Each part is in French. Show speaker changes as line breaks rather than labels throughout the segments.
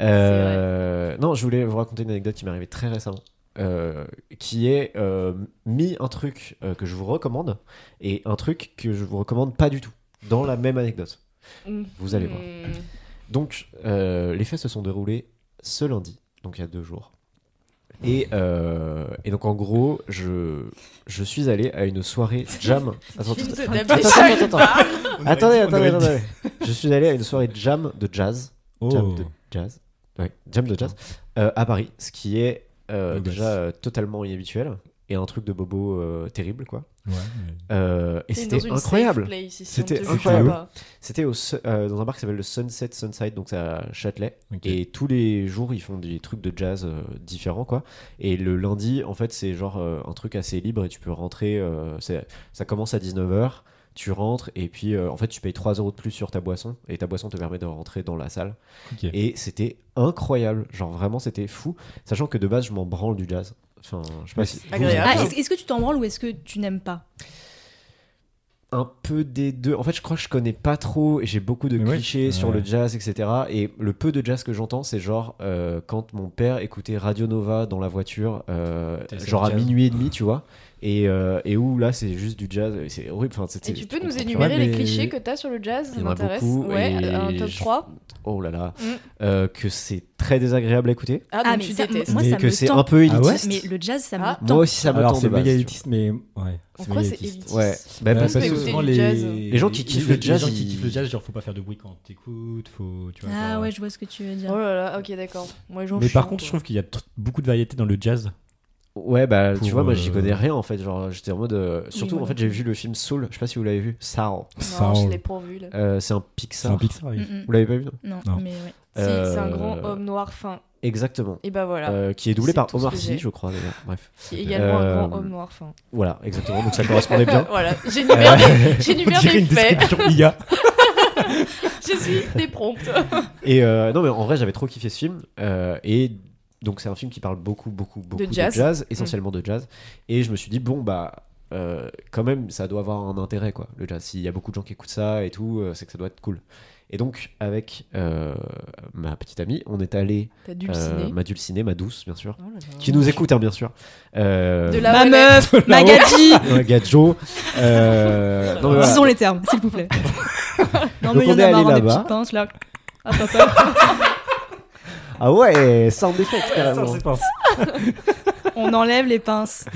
Euh, non, je voulais vous raconter une anecdote qui m'est arrivée très récemment. euh, qui est euh, mis un truc euh, que je vous recommande et un truc que je vous recommande pas du tout dans la même anecdote.
Mhm.
Vous
Hmm.
allez voir. Donc, euh, les faits se sont déroulés ce lundi, donc il y a deux jours. Et, euh, et donc, en gros, je, je suis allé à une soirée jam. Attends, attends,
Tu nous as
attends,
tapé
attends,
sur
attends,
une
attends.
barre.
Attendez, attendez, attendez. Je suis allé à une soirée jam de jazz. Jam
Oh.
de jazz. Ouais, jam de jazz. euh, à Paris, ce qui est euh,
Beau gosse.
déjà euh, totalement inhabituel et un truc de bobo euh, terrible, quoi.
Ouais, mais-
Euh, et
T'es dans
c'était
une
incroyable.
safe place ici,
C'était
on te juge
incroyable.
pas.
C'était au Su- euh, dans un bar qui s'appelle le Sunset Sunside, donc c'est à Châtelet.
Ok.
Et tous les jours, ils font des trucs de jazz euh, différents, quoi. Et le lundi, en fait, c'est genre euh, un truc assez libre et tu peux rentrer. euh, c'est- ça commence à 19h, tu rentres et puis euh, en fait, tu payes 3 euros de plus sur ta boisson et ta boisson te permet de rentrer dans la salle.
ok.
Et c'était incroyable, genre vraiment, c'était fou. Sachant que de base, je m'en branle du jazz. Enfin, je sais pas
Mais
si.
c'est
vous,
agréable.
vous-
Ah, est-ce est-ce que tu t'en branles ou est-ce que tu n'aimes pas
un peu des deux. En fait, je crois que je connais pas trop et j'ai beaucoup de
Ouais.
clichés sur
Ouais.
le jazz, etc. Et le peu de jazz que j'entends, c'est genre euh, quand mon père écoutait Radio Nova dans la voiture, euh,
T'es sur
genre à
jazz.
minuit et demi, tu vois. Et, euh, et où là, c'est juste du jazz, et c'est horrible. Enfin, c'était-
Et tu peux
comprends
nous
pas.
énumérer
Ouais,
les
mais-
clichés que t'as sur le jazz
Il
Ça
y en a
m'intéresse.
beaucoup,
Ouais,
et
un top
je-
3.
Oh là là,
Mm.
Euh, que c'est très désagréable à écouter,
Ah,
Ah,
donc
mais
tu
ça,
détestes.
Moi,
mais
ça
que
me
c'est
tend.
un peu
Ah ouais
élitiste.
Mais le jazz, ça
Ah.
me
Moi
tend.
aussi, ça me
Alors,
tend de
c'est
base,
méga
tu
élitiste, mais ouais.
En quoi c'est
mégalitiste.
élitiste
vois. Ouais, bah,
Ouais,
parce
peut
que-
écouter du jazz.
Les gens qui kiffent le jazz,
les gens qui
ils-
kiffent le jazz, genre faut pas faire de bruit quand t'écoutes, faut. Tu vois,
Ah
genre-
ouais, je vois ce que tu veux dire.
Oh là là, ok, d'accord. Moi, j'en
Mais par
chiant,
contre, je
quoi.
trouve qu'il y a tr- beaucoup de variété dans le jazz.
Ouais, bah tu
Pour,
vois, moi j'y
euh,
connais rien en fait. Genre, j'étais en mode. euh, surtout,
moi
en fait,
non
j'ai
plus.
vu le film Soul, je sais pas si vous l'avez vu. Soul.
Non, je
Sound.
l'ai pas vu là.
Euh, c'est un
C'est
Pixar.
un Pixar. oui.
Mm, mm.
Vous l'avez pas vu, non
Non,
Non.
mais ouais.
Si, c'est un
Euh,
grand homme noir fin.
Exactement.
Et bah voilà.
Euh, qui est doublé
C'est
par
tout ce
Omar
que
Sy,
j'ai.
je crois d'ailleurs. Bref,
Qui est également un grand
euh,
homme noir fin.
voilà, exactement. Donc ça correspondait bien.
voilà, j'énumère des, j'énumère
On dirait
des
une
faits.
description IA.
Je suis des promptes.
Et euh, non, mais en vrai, j'avais trop kiffé ce film. euh, et donc c'est un film qui parle beaucoup, beaucoup, beaucoup de jazz,
jazz.
essentiellement de jazz. Et je me suis dit bon bah. euh, quand même, ça doit avoir un intérêt, quoi, le jazz. S'il y a beaucoup de gens qui écoutent ça et tout, euh, c'est que ça doit être cool. Et donc, avec euh, ma petite amie, on est allé,
T'as
euh,
dulciné.
ma dulcinée, ma douce, bien sûr,
Oh là là.
qui nous écoute, hein, bien sûr. Euh,
De la
Ma meuf, ma gadji
Ouais, Gadjo. Euh, non, mais voilà.
Disons les termes, s'il vous plaît. non,
Donc,
mais il y
on
en
est
a marre
allé
hein, des
là-bas.
petites pinces là. Ah, papa.
Ah ouais, sans défaite, carrément.
On enlève les pinces.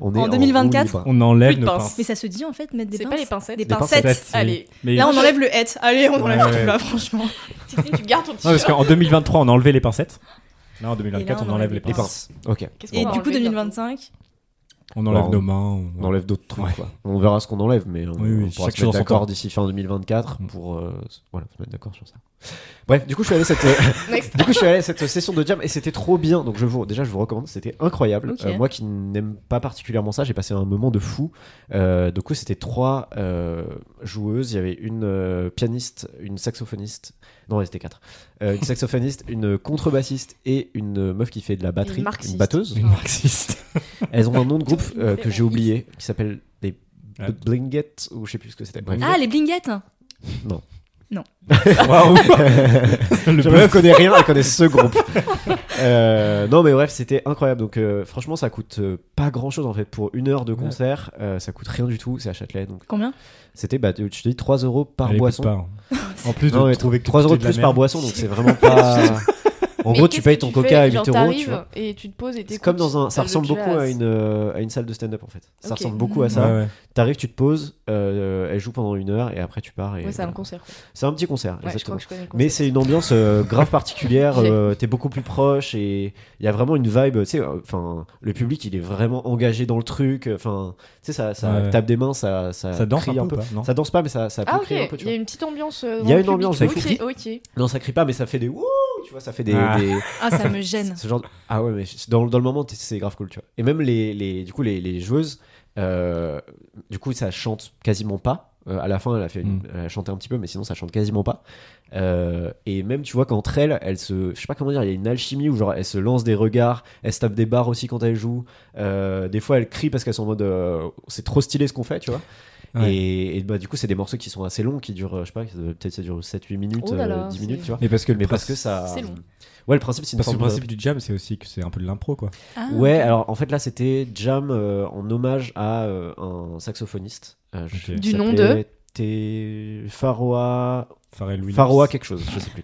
On
En
roue
2024.
libre.
On enlève
Plus de
nos
pinces.
pinces.
Mais ça se dit en fait, mettre des
C'est
pinces.
pas les pincettes.
Des
Des
pincettes.
pincettes.
Allez,
Mais-
Là, on enlève le het. Allez, on enlève
Ouais,
tout
ouais.
là, franchement.
Titi, tu gardes ton
Non, parce
t-shirt.
qu'en 2023, on a enlevé les pincettes. Là, en 2024,
Et là,
on enlève les
Les
pinces.
pinces. Ok.
Qu'est-ce qu'on
Et
va
du coup,
enlever,
2025,
On enlève
Bon,
nos mains.
On enlève d'autres trucs,
Ouais.
quoi. On verra ce qu'on enlève, mais on,
Oui, oui,
on pourra
chaque
se mettre
chose en son
d'accord
temps.
d'ici fin 2024
Mm.
pour euh, s- voilà, se mettre d'accord sur ça. Bref, du coup, je suis allé à cette, euh,
Next.
du coup, je suis allé à cette session de jam et c'était trop bien. Donc, je vous, déjà, je vous recommande, c'était incroyable.
Ok.
Euh, moi qui n'aime pas particulièrement ça, j'ai passé un moment de fou. Euh, du coup, c'était trois euh, joueuses. Il y avait une euh, pianiste, une saxophoniste. Non, elles étaient quatre. Euh, une saxophoniste, une contrebassiste et une euh, meuf qui fait de la batterie,
marxiste.
une batteuse.
Une marxiste.
Elles ont un nom de groupe euh,
C'est
que j'ai
bon.
oublié qui s'appelle les
Ouais.
Blingettes ou je sais plus ce que c'était. Bref.
ah, les blinguettes.
Waouh. Le
Je ne
bluff.
connais rien, elle connaît ce groupe. Euh, non, mais bref, c'était incroyable. Donc, euh, franchement, ça coûte euh, pas grand chose en fait. Pour une heure de
Ouais.
concert, euh, ça coûte rien du tout. C'est à Châtelet. Donc,
Combien
c'était, bah, tu je te dis 3 euros par
Elle écoute
boisson.
pas, hein. En plus
Non,
de
mais
trouver que
3 euros de
la
plus par
merde.
boisson, donc c'est vraiment pas. En
Mais
gros, tu
qu'est-ce
payes
que
ton
fais
coca à 8
Genre,
euros, tu
t'arrives
vois.
Et tu te poses et
C'est
t'écoutes
comme dans un. Ça
le
ressemble beaucoup
jazz.
à une, euh, à une salle de stand-up en fait. Ça
Ok.
ressemble beaucoup à
Mhm.
ça.
Ouais, ouais.
T'arrives, tu te poses, euh, elle joue pendant une heure et après tu pars. et
Ouais, c'est un
voilà.
concert. quoi.
C'est un petit concert,
Ouais, je crois
exactement.
que je connais le
Mais
concert.
c'est une ambiance euh, grave particulière,
J'ai-
euh, t'es beaucoup plus proche et il y a vraiment une vibe, tu sais, euh, enfin, le public il est vraiment engagé dans le truc, euh, enfin, tu sais, ça, ça
Ouais, ouais.
tape des mains, ça, ça,
Ça danse
crie
un peu, ou pas non
Ça danse pas, mais ça, ça peut
Ah, ok,
crier un peu, tu
il y a
vois.
une petite ambiance. euh,
Il y
dans
a
le
une
public.
ambiance de fou.
Ok, ok.
Non, ça crie pas, mais ça fait des wouh, tu vois, ça fait des.
Ah.
des-
Ah, ça me gêne.
ce genre de- Ah ouais, mais c'est- dans, dans le moment, t'es- c'est grave cool, tu vois. Et même les, les, du coup, les, les joueuses, euh, du coup, ça chante quasiment pas. Euh, à la fin, elle a, fait une-
Mm.
elle a chanté un petit peu, mais sinon, ça chante quasiment pas. Euh, et même, tu vois, qu'entre elles, elles se. Je sais pas comment dire, il y a une alchimie où, genre, elles se lancent des regards, elles se tapent des barres aussi quand elles jouent. Euh, des fois, elles crient parce qu'elles sont en mode. euh, c'est trop stylé ce qu'on fait, tu vois.
Ouais.
Et, et bah, du coup, c'est des morceaux qui sont assez longs, qui durent, euh, je sais pas, ça doit- peut-être ça dure 7-8 minutes,
Oh là
euh,
là,
10
c'est-
minutes, tu vois.
Mais parce que le
Mais parce que
principe-
ça.
C'est long.
Ouais, le principe, c'est une
Parce que le
forme de-
principe du jam, c'est aussi que c'est un peu de l'impro, quoi.
Ah,
Ouais,
ok.
alors en fait là c'était Jam euh, en hommage à euh, un saxophoniste. euh, je-
Ok.
qui
Du nom
s'appelait T- Faroa.
Pharrell Williams.
Faroa quelque chose, je sais plus.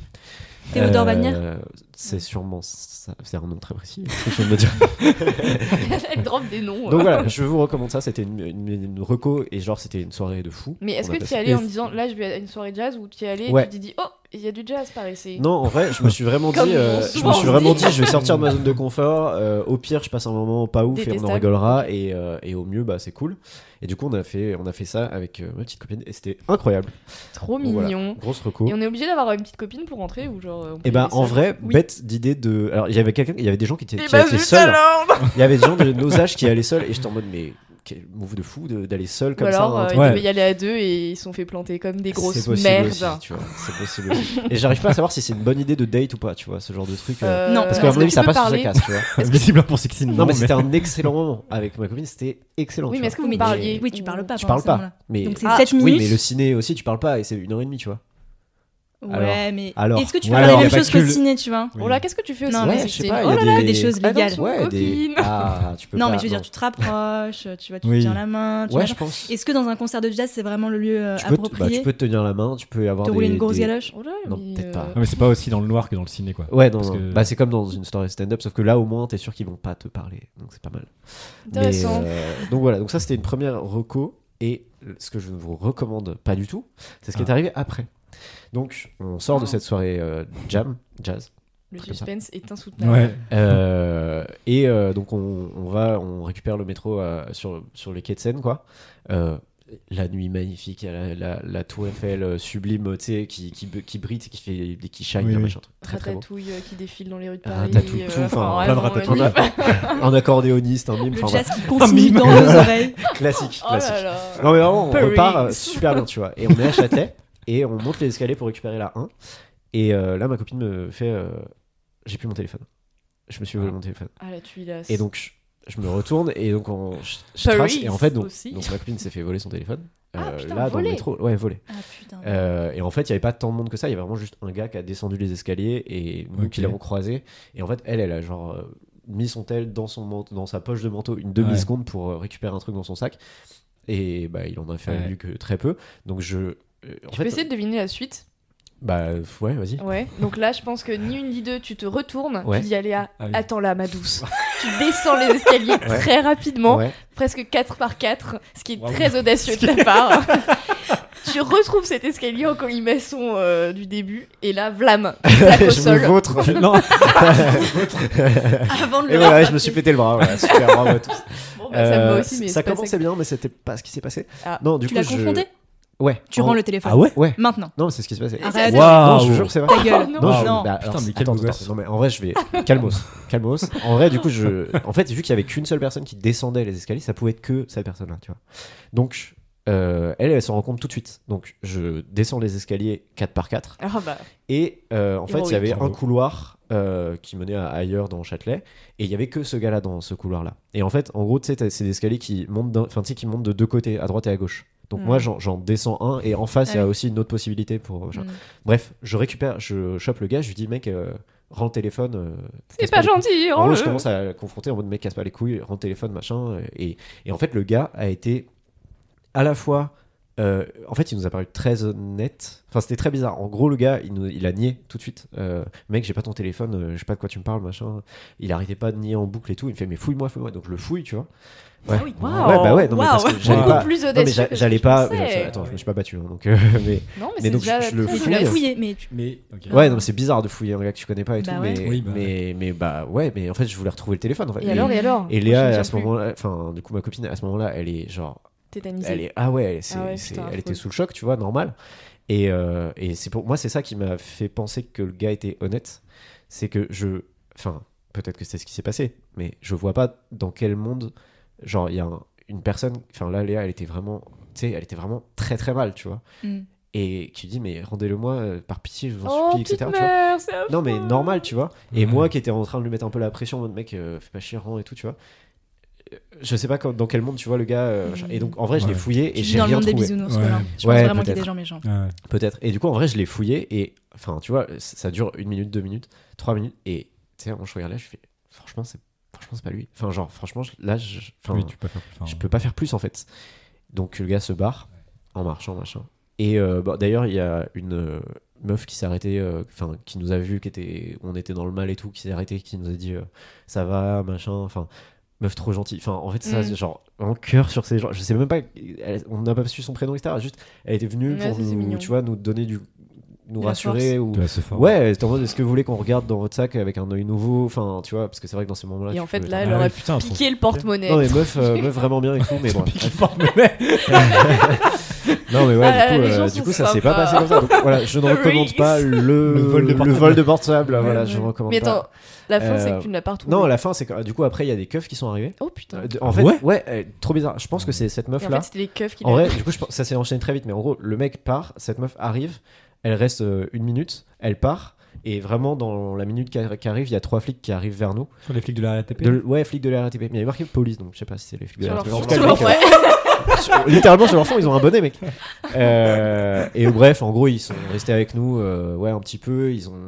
Théodore
Euh,
Wagner
C'est sûrement. ça- C'est un nom très précis, ce que je viens de me dire.
Elle drop des noms.
Donc
euh.
voilà, je vous recommande ça. C'était une, une, une reco et genre c'était une soirée de fou.
Mais est-ce
On
que
a
tu
passé-
es allé en
Et-
disant là je vais à une soirée jazz ou tu es allé
Ouais.
et tu t'es dit oh il y a du jazz par ici
Non, en vrai, je me suis vraiment dit,
Comme
euh,
on
je me
souvent
suis
dit.
vraiment dit, je vais sortir de ma zone de confort. euh, au pire, je passe un moment pas ouf et on en
Détestable.
rigolera. Et, euh, et au mieux, bah c'est cool. Et du coup, on a fait, on a fait ça avec euh, ma petite copine et c'était incroyable.
Trop
Donc voilà,
mignon.
grosse reco.
Et on est obligé d'avoir une petite copine pour rentrer ou genre. on
Et
peut y
bah
aller
en
seul
vrai,
Oui.
bête d'idée de. Alors il y avait quelqu'un, il y avait des gens qui étaient,
Eh
qui
bah
étaient
zut
seuls.
alors
Il y avait des gens de nos âges qui allaient seuls et j'étais en mode mais quel move de fou de- d'aller seul
Ou
comme
alors
ça.
euh,
dans un
ils
truc.
Ouais.
devaient y aller à deux et ils se sont fait planter comme des grosses
C'est possible
merdes.
aussi, tu vois, c'est possible aussi. Et j'arrive pas à savoir si c'est une bonne idée de date ou pas, tu vois, ce genre de truc. euh,
Euh,
Non,
Parce
Est-ce
qu'à
que
mon avis,
tu
ça
peux
passe sous
parler-
la casse, tu vois.
Visible pour Sixteen.
Non, mais c'était un excellent moment avec ma copine, c'était excellent.
Oui,
tu
mais est-ce que
vois.
vous
Mais-
parliez
Oui, tu parles pas.
Tu
pendant
parles pas.
ce moment-là.
Mais...
Donc c'est
Ah,
7 minutes.
Oui, mais le ciné aussi, tu parles pas et c'est une heure et demie, tu vois.
Ouais, mais
alors.
est-ce que tu
Ou
parles
alors,
la
y a
même
pas
chose
que
qu'au
le-
ciné, tu vois
Oh là qu'est-ce que tu fais aussi
Non,
ouais, je
mais
sais
Christine
pas, il
Oh
y
là
a
là,
que des choses
attention,
légales.
Ouais, des...
copine.
Ah, tu peux
Non,
pas,
mais je veux dire, tu te rapproches, tu vois, tu te
Oui.
tiens la main, tu
Ouais,
vois,
je pense.
Est-ce que dans un concert de jazz, c'est vraiment le lieu euh,
Tu peux, te- bah,
approprié
tu peux te tenir la main, tu peux avoir
de
des...
rouler une grosse
des-
galoche
Oh là,
Non,
mais,
peut-être pas.
euh,
Non, mais c'est pas aussi dans le noir que dans le ciné, quoi.
Ouais, non,
Parce
non.
que-
Bah, c'est comme dans une story stand-up, sauf que là, au moins, t'es sûr qu'ils vont pas te parler, donc c'est pas mal. Mais,
Intéressant.
euh, donc voilà, donc ça c'était une première reco et ce que je ne vous recommande pas du tout, c'est ce qui
Ah.
est arrivé après. Donc on sort de cette soirée euh, jam, jazz,
Le
comme ça.
suspense est insoutenable.
Ouais.
euh, et euh, donc on, on va, on récupère le métro euh, sur, sur les quais de Seine quoi. Euh, la nuit magnifique, il y a la, la- la tour Eiffel euh, sublime, tu sais, qui, qui, qui brille, qui fait, qui shine,
Oui,
un
oui.
machin, très très beau.
Ratatouille euh, qui défile dans les rues de Paris.
Ratatouille,
euh,
tout, enfin,
enfin,
plein de
vraiment,
ratatouille.
la-
Un accordéoniste, un mime,
Le
enfin,
jazz
bref,
qui continue
mime.
dans nos oreilles.
classique,
Oh
classique.
là là.
Non mais vraiment, on
Paris.
repart euh, super bien, tu vois. Et on est à Châtelet et on monte les escaliers pour récupérer la 1. Et euh, là, ma copine me fait, euh, j'ai plus mon téléphone. Je me suis volé mon téléphone.
Ah la tuilasse.
Et donc je, je me retourne et donc on, je, je
Paris
trace et en fait donc,
aussi.
donc ma copine s'est fait voler son téléphone.
Ah,
euh,
putain,
là dans le
volé.
métro, ouais volé.
Ah putain.
Euh, et en fait, il n'y avait pas tant de monde que ça. Il y avait vraiment juste un gars qui a descendu les escaliers et nous
Ok.
qui l'avons croisé. Et en fait, elle, elle a genre euh, mis son tel dans, son manteau- dans sa poche de manteau une
Ouais.
demi-seconde pour euh, récupérer un truc dans son sac. Et bah, il en a fallu
Ouais.
que très peu. Donc je. euh, en
Tu
fait,
peux essayer de deviner la suite.
Bah euh, ouais, vas-y.
Ouais. Donc là, je pense que ni une ni deux, tu te retournes,
Ouais.
tu dis Aléa,
Ah oui.
attends là, ma douce. tu descends les escaliers très rapidement,
Ouais.
presque 4 par 4, ce qui est
Wow.
très audacieux de ta part. tu retrouves cet escalier en colimaçon euh, du début, et là, vlam, tu plaques au
je me
sol.
vautre.
Non,
Avant de
Et
le
voilà, je me suis pété le bras. Voilà, super, bravo à tous.
Bon, bah, ça me va
Euh,
aussi, mais
ça
c'est pas
commençait bien, mais c'était pas ce qui s'est passé.
Ah.
Non, du
Tu
coup,
l'as
je-
confronté
Ouais.
Tu
En-
rends le téléphone.
Ah ouais
Ouais.
Maintenant.
Non, c'est ce qui s'est
Ah.
passé.
Arrête.
Non, je vous
Waouh.
jure, c'est vrai.
Ta gueule.
non.
Non,
Wow.
je-
Non.
bah,
Putain,
alors,
mais quel
attends,
beau
attends,
gosse.
non, mais en vrai, je vais. Calmos. Calmos. En vrai, du coup, je. En fait, vu qu'il y avait qu'une seule personne qui descendait les escaliers, ça pouvait être que cette personne-là, tu vois. Donc, euh, elle, elle s'en rend compte tout de suite. Donc, je descends les escaliers 4 par 4.
Ah bah,
Et euh, en fait, il y
Héroïque.
avait un
Bravo.
couloir euh, qui menait à ailleurs dans Châtelet. Et il y avait que ce gars-là dans ce couloir-là. Et en fait, en gros, tu sais, t'as ces escaliers qui montent, d'un- enfin, tu sais, qui montent de deux côtés, à droite et à gauche. Donc,
Mm.
moi, j'en- j'en descends un. Et en face, il y a
Ah oui.
aussi une autre possibilité pour.
Mm.
Bref, je récupère, je chope le gars, je lui dis, mec, euh, rends le téléphone. euh,
c'est
casse
pas
les couilles.
gentil,
En gros,
rends-le.
je commence à le confronter en mode, mec, casse pas les couilles, rends le téléphone, machin. Et, et en fait, le gars a été à la fois. euh, en fait, il nous a paru très honnête. Enfin, c'était très bizarre. En gros, le gars, il, nous- il a nié tout de suite. Euh, mec, j'ai pas ton téléphone, euh, je sais pas de quoi tu me parles, machin. Il arrêtait pas de nier en boucle et tout. Il me fait, mais fouille-moi, fouille-moi. Donc, je le fouille, tu vois. Ouais.
oui.
Ah Waouh.
Ouais, bah ouais, non, mais
Waouh.
parce que j'allais
Beaucoup
pas. Non,
plus
mais
audacieux.
j'a-
que ce
j'allais
que je
pas. euh,
pensais.
Attends, je me suis pas battu, hein, donc. euh, mais
Non, mais
Mais
c'est
donc,
déjà.
je le
Mais
très
tu l'as
fouille.
fouillé, mais tu-
mais. ok.
Ouais, non, mais c'est bizarre de fouiller un gars que tu connais pas et
Bah
tout,
ouais.
mais,
Oui, bah
mais, mais bah ouais, mais en fait, je voulais retrouver le téléphone en fait.
Et alors, et alors
Et
Moi, je me
Léa,
souviens
à ce
plus.
moment-là, enfin, du coup, ma copine, à ce moment-là, elle est genre,
Tétanisée.
elle est, ah ouais, elle, c'est-
Ah ouais,
c'est-
putain,
elle
affreux.
était sous le choc, tu vois, normal. Et, euh, et c'est pour moi, c'est ça qui m'a fait penser que le gars était honnête, c'est que je, enfin, peut-être que c'est ce qui s'est passé, mais je vois pas dans quel monde, genre, il y a un- une personne, enfin là, Léa, elle était vraiment, tu sais, elle était vraiment très très mal, tu vois.
Mm.
Et qui dit, mais rendez-le-moi euh, par pitié, je vous en
Oh,
supplie,
petite
etc. tu vois.
mère, c'est affreux.
Non, mais normal, tu vois. Et
Ouais.
moi qui étais en train de lui mettre un peu la pression en mode mec, euh, fais pas chier, rends et tout, tu vois. je sais pas quand- dans quel monde tu vois le gars. euh, machin.
Mm.
et donc en vrai, je
Ouais.
l'ai fouillé et
Je suis
j'ai
dans le
rien
monde des
trouvé.
bisounours,
Ouais.
voilà. Je pense
Ouais,
vraiment qu'il y a des
peut-être.
gens méchants.
Ah ouais.
Peut-être. Et du coup, en vrai, je l'ai fouillé et enfin, tu vois, ça ça dure une minute, deux minutes, trois minutes. Et tu sais, avant, je regardais, je fais franchement, c'est franchement c'est pas lui. Enfin, genre, franchement, je- là, je, enfin,
Oui, tu peux faire plus. enfin,
je peux pas faire plus en fait. Donc le gars se barre en marchant, machin. Et euh, bah, d'ailleurs, il y a une euh, meuf qui s'est arrêtée, euh, enfin, qui nous a vu, qui était, on était dans le mal et tout, qui s'est arrêtée, qui nous a dit euh, ça va, machin, enfin. Meuf trop gentille. Enfin, en fait, ça,
Mm.
c'est genre, un cœur sur ces gens. Je sais même pas, elle- on n'a pas su son prénom, etc. Juste, elle était venue
Ouais,
pour
ça, c'est
nous,
mignon.
tu vois, nous donner du. nous
De la
rassurer. Ou...
De la Sephora.
Ouais, c'est en mode, est-ce que vous voulez qu'on regarde dans votre sac avec un œil nouveau Enfin, tu vois, parce que c'est vrai que dans ces moments-là.
Et
tu
en fait,
peux-
là,
Ah
elle
ouais,
aurait
putain, faut-
Piquer le porte-monnaie.
Non, mais meuf, euh, meuf vraiment bien et tout, mais bon.
Piquer le porte-monnaie.
Non mais ouais,
Ah là là,
du coup,
les
euh,
gens
du
sont
coup ça s'est pas
sympas.
passé comme ça. Donc, voilà, je ne
The
recommande
Rings.
pas le,
Le vol de portable.
vol de portable, hein, voilà,
ouais.
je ne recommande
Mais attends,
pas.
la fin,
Euh,
c'est que tu ne l'as pas retrouvée.
Non, à la fin c'est que du coup après il y a des keufs qui sont arrivés.
Oh putain.
Euh, de-
Ah
En fait,
ouais
ouais, euh, trop bizarre. Je pense que c'est cette meuf
Et en
là.
fait, c'était les keufs qui
En
l'avaient.
vrai, du coup je pense- ça s'est enchaîné très vite, mais en gros le mec part, cette meuf arrive, elle reste euh, une minute, elle part. Et vraiment, dans la minute qui a- qui arrive, il y a trois flics qui arrivent vers nous.
Sur les flics de la RATP.
De- ouais, flics de la RATP. Mais il y avait marqué police, donc je sais pas si c'est les flics de
Sur
la
leur
RATP.
front.
En tout cas, le
Sur leur-
mec, euh,
ouais.
sur- littéralement sur leur fond ils ont un bonnet mec Euh, et bref en gros ils sont restés avec nous euh, ouais un petit peu ils ont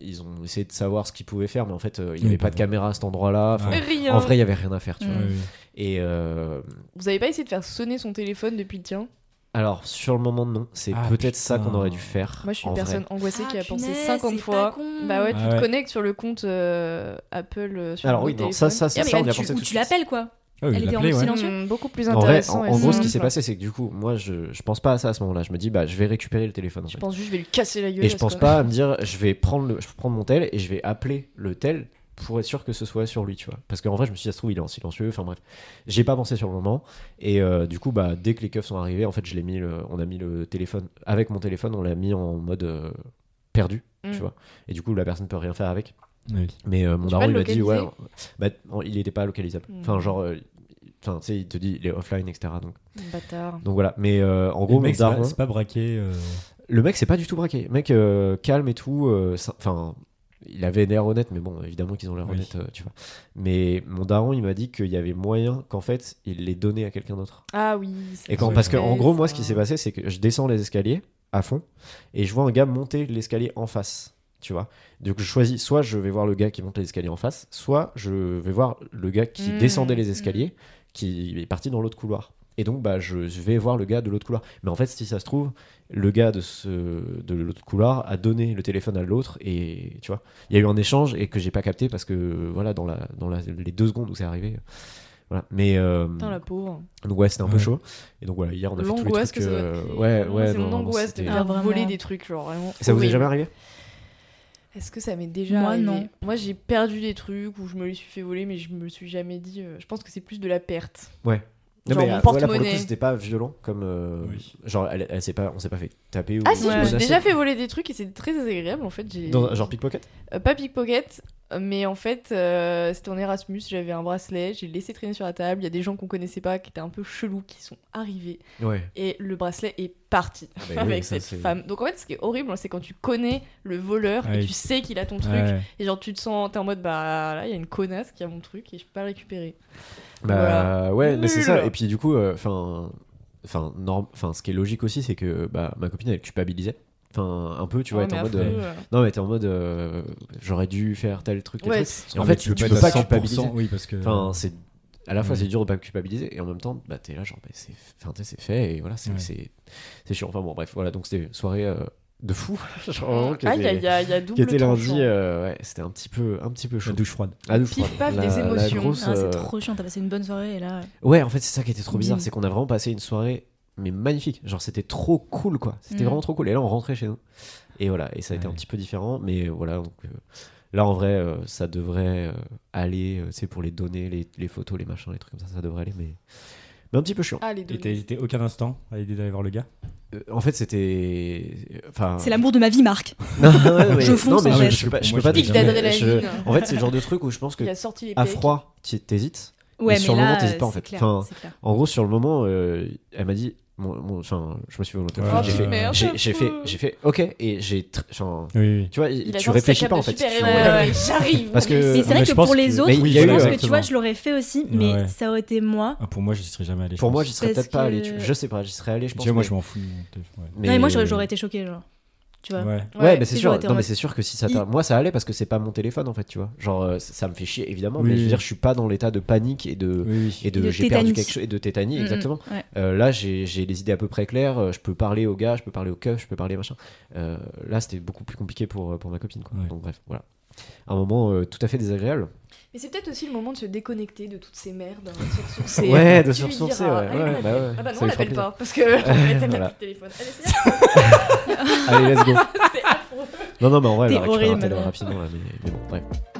ils ont essayé de savoir ce qu'ils pouvaient faire mais en fait euh, il n'y
Oui,
avait pas
bah,
de caméra à cet endroit là
Ouais.
Rien.
en vrai il y avait rien à faire tu
Mm.
vois
Ouais, Ah ouais.
et euh,
Vous avez pas essayé de faire sonner son téléphone depuis le tien
alors sur le moment non c'est
Ah,
peut-être ça
putain.
qu'on aurait dû faire
Moi, je suis
en
une
vrai.
personne angoissée qui a
Ah,
pensé
punaise,
50
c'est
fois.
pas con.
Bah ouais, tu
Ah
te
ouais.
connectes sur le compte euh, Apple euh, sur
Alors
le
oui, non,
téléphone.
ça- ça-
Et
ça,
après,
on y a
tu-
pensé
Ou
tout de
tu
suite.
l'appelles quoi.
Ah oui,
Elle était en
l'appeler, ouais.
silence.
Hmm, beaucoup plus
en vrai,
intéressant.
en,
ouais,
en gros,
ça.
ce qui s'est passé, c'est que du coup, moi, je, je pense pas à ça à ce moment-là. Je me dis, bah, je vais récupérer le téléphone. en
Je
fait.
pense juste, je vais lui casser la gueule.
Et je
à ce
pense
connard.
pas à me dire, je vais prendre, le, je vais prendre mon tel et je vais appeler le tel pour être sûr que ce soit sur lui, tu vois. Parce qu'en vrai, je me suis dit, ça se trouve, il est en silencieux. Enfin bref, j'ai pas pensé sur le moment. Et euh, du coup, bah, dès que les keufs sont arrivés, en fait, je l'ai mis, le- on a mis le téléphone, avec mon téléphone, on l'a mis en mode euh, perdu,
Mm.
tu vois. Et du coup, la personne peut rien faire avec.
Ah oui.
Mais euh, mon
Tu
daron,
peux
il
le
m'a dit, ouais,
localiser
bah, on- il était pas localisable.
Mm.
Enfin, genre, euh, enfin, tu sais, il te dit, il est offline, etc. Donc,
Bâtard.
donc voilà. Mais euh, en
Le
gros,
mec,
mon
c'est pas-
daron-
c'est pas braqué. euh,
le mec, c'est pas du tout braqué. Mec, euh, calme et tout. euh, ça- Enfin, il avait l'air honnête, mais bon, évidemment qu'ils ont l'air
Oui.
honnête, euh, tu vois. Mais mon daron, il m'a dit qu'il y avait moyen qu'en fait, il les donnait à quelqu'un d'autre.
Ah oui. c'est
Et quand,
Ouais.
parce que, en
vrai,
gros, moi,
ça.
ce qui s'est passé, c'est que je descends les escaliers à fond et je vois un gars monter l'escalier en face. Tu vois, donc je choisis soit je vais voir le gars qui monte les escaliers en face, soit je vais voir le gars qui
Mmh,
descendait les escaliers, qui est parti dans l'autre couloir. Et donc, bah, je, je vais voir le gars de l'autre couloir. Mais en fait, si ça se trouve, le gars de, ce, de l'autre couloir a donné le téléphone à l'autre et tu vois, il y a eu un échange et que j'ai pas capté parce que voilà, dans, la, dans la- les deux secondes où c'est arrivé, voilà. Mais euh,
Putain, la pauvre.
donc ouais, c'était un peu
Ouais.
chaud. Et donc voilà, hier on a fait tous les
L'angoisse
trucs.
que ça doit
euh, ouais, ouais,
c'est
non,
mon
non,
angoisse de
c'était-
me
Ah,
faire
vraiment.
voler des trucs, genre vraiment.
Ça vous est
horrible.
jamais arrivé
Est-ce que ça m'est déjà
Moi,
arrivé
non.
Moi, j'ai perdu des trucs ou je me les suis fait voler, mais je me suis jamais dit. euh, je pense que c'est plus de la perte. Genre
mais
mon
euh, voilà, pour le
porte-monnaie.
coup, c'était pas violent comme. euh,
Oui.
Genre, elle, elle s'est pas, on s'est pas fait taper ou.
Ah si, je me
Ouais.
suis
menacer.
déjà fait voler des trucs et c'est très désagréable en fait. J'ai
Dans- genre pickpocket
Euh, pas pickpocket, mais en fait euh, c'était en Erasmus, j'avais un bracelet, j'ai laissé traîner sur la table, il y a des gens qu'on connaissait pas qui étaient un peu chelous qui sont arrivés
Ouais.
et le bracelet est parti
bah oui,
avec
ça,
cette
c'est- Ah
femme. Donc en fait ce qui est horrible hein, c'est quand tu connais le voleur et
Ouais.
tu sais qu'il a ton truc
ouais.
et genre tu te sens t'es en mode bah là il y a une connasse qui a mon truc et je peux pas le récupérer.
Bah ouais, mais c'est
Nul.
ça. Et puis du coup, euh, enfin, enfin, norm... enfin, ce qui est logique aussi, c'est que bah ma copine elle culpabilisait. Enfin, un peu, tu vois,
Ouais,
elle était en
mais
mode.
affreux,
euh,
euh.
Non, mais elle était en mode. euh, J'aurais dû faire tel truc. tel
Ouais,
truc.
c'est-
Et en
Ah,
fait,
mais
tu peux
être à
pas
100%,
culpabiliser.
Oui, parce que.
Enfin, c'est à la fois
Euh, Ouais.
c'est dur de pas culpabiliser et en même temps, bah t'es là genre bah, c'est, enfin, t'sais, c'est fait et voilà c'est,
Ouais.
c'est, c'est chiant. Enfin bon bref voilà donc c'était une soirée euh, de fou. genre, vraiment, qui
Ah, il y,
était-
a- il y a il y a double
qui était
tranchant.
lundi, euh, ouais, c'était un petit peu, un petit peu
la
chaud.
douche froide.
La douche
Pif,
froide.
paf,
La-
des
la
émotions.
grosse,
Ah,
euh,
c'est trop chiant, t'as passé une bonne soirée et là.
Ouais, en fait, c'est ça qui était trop bizarre,
Bim.
c'est qu'on a vraiment passé une soirée, mais magnifique. Genre, c'était trop cool, quoi. C'était
Mm.
vraiment trop cool. Et là, on rentrait chez nous. Et voilà, et ça a été un
Ouais.
petit peu différent, mais voilà. Donc, euh, là, en vrai, euh, ça devrait euh, aller, euh, tu sais, pour les données, les, les photos, les machins, les trucs comme ça, ça devrait aller, mais, mais un petit peu chiant.
Ah les deux.
Et t'as hésité aucun instant à l'idée d'aller voir le gars
Euh, en fait, c'était. euh, Enfin.
C'est l'amour de ma vie, Marc.
Non, ouais, mais-
Je fonce,
non, mais
en
je-
fait.
je peux pas- je
Moi,
peux pas
je-
te
Pic
dire,
d'adrénaline.
je- En fait, c'est le genre de truc où je pense que
Il a sorti les
à
pecs.
froid, t'y- t'hésites. Mais
Ouais, mais,
sur le moment,
là,
t'hésites pas, en
c'est
fait.
clair,
Enfin,
c'est clair.
En gros, sur le moment, euh, elle m'a dit mon- mon- enfin, je me suis volontairement.
Ah,
j'ai fait,
Oh, merde,
j'ai, j'ai fait,
fou.
j'ai fait, ok, et j'ai, tr- enfin,
Oui, oui.
tu vois,
Il a
tu
genre
réfléchis
sa cape
pas en
de
fait.
super-héros,
Tu-
là, ouais, J'arrive.
Parce que-
Mais c'est vrai
Euh, mais
que
je
pour
pense
les
que-
autres,
Mais il y a
je
eu,
pense que tu
exactement.
vois, je l'aurais fait aussi, mais
Ouais.
ça aurait été moi.
Ah, pour moi, j'y serais jamais allé. je
Pour moi,
pense.
j'y serais
Parce
peut-être pas allé.
que-
tu- Je sais pas, j'y serais allé, je
Tu
pense.
vois, moi,
mais-
je m'en fous. de mon téléphone, ouais.
mais-
Non, mais moi, j'aurais j'aurais été choquée, genre. Tu vois.
Ouais.
Ouais, mais c'est
Et
sûr.
j'aurais été en
Non, mais
mode-
c'est sûr que si ça t'a-
Il-
moi ça allait parce que c'est pas mon téléphone en fait, tu vois. Genre euh, ça ça me fait chier évidemment, mais
Oui.
je veux dire, je suis pas dans l'état de panique et de
Oui, oui.
et de,
Et de
j'ai perdu
tétanie.
quelque chose et de tétanie exactement.
Mm, mm, ouais.
Euh, là, j'ai j'ai les idées à peu près claires. euh, Je peux parler aux gars, je peux parler aux keufs, je peux parler machin. Euh, là, c'était beaucoup plus compliqué pour, euh, pour ma copine. Quoi.
Ouais.
Donc, bref, voilà. Un moment euh, tout à fait désagréable.
Mais c'est peut-être aussi le moment de se déconnecter de toutes ces merdes. hein, de sursourcer.
Ouais, de
Tu lui
sursourcer,
diras,
ouais,
allez,
ouais,
on l'appelle.
bah ouais,
Ah bah
ça lui
non, on
fera
l'appelle
plaisir.
pas parce que en fait, elle n'a
Voilà.
plus de téléphone. Allez, c'est
Allez, let's go.
c'est affreux.
Non, non, mais en vrai, elle
T'es
va récupérer un
horrible,
téléphone
Manon.
rapidement. là, mais, mais bon, bref.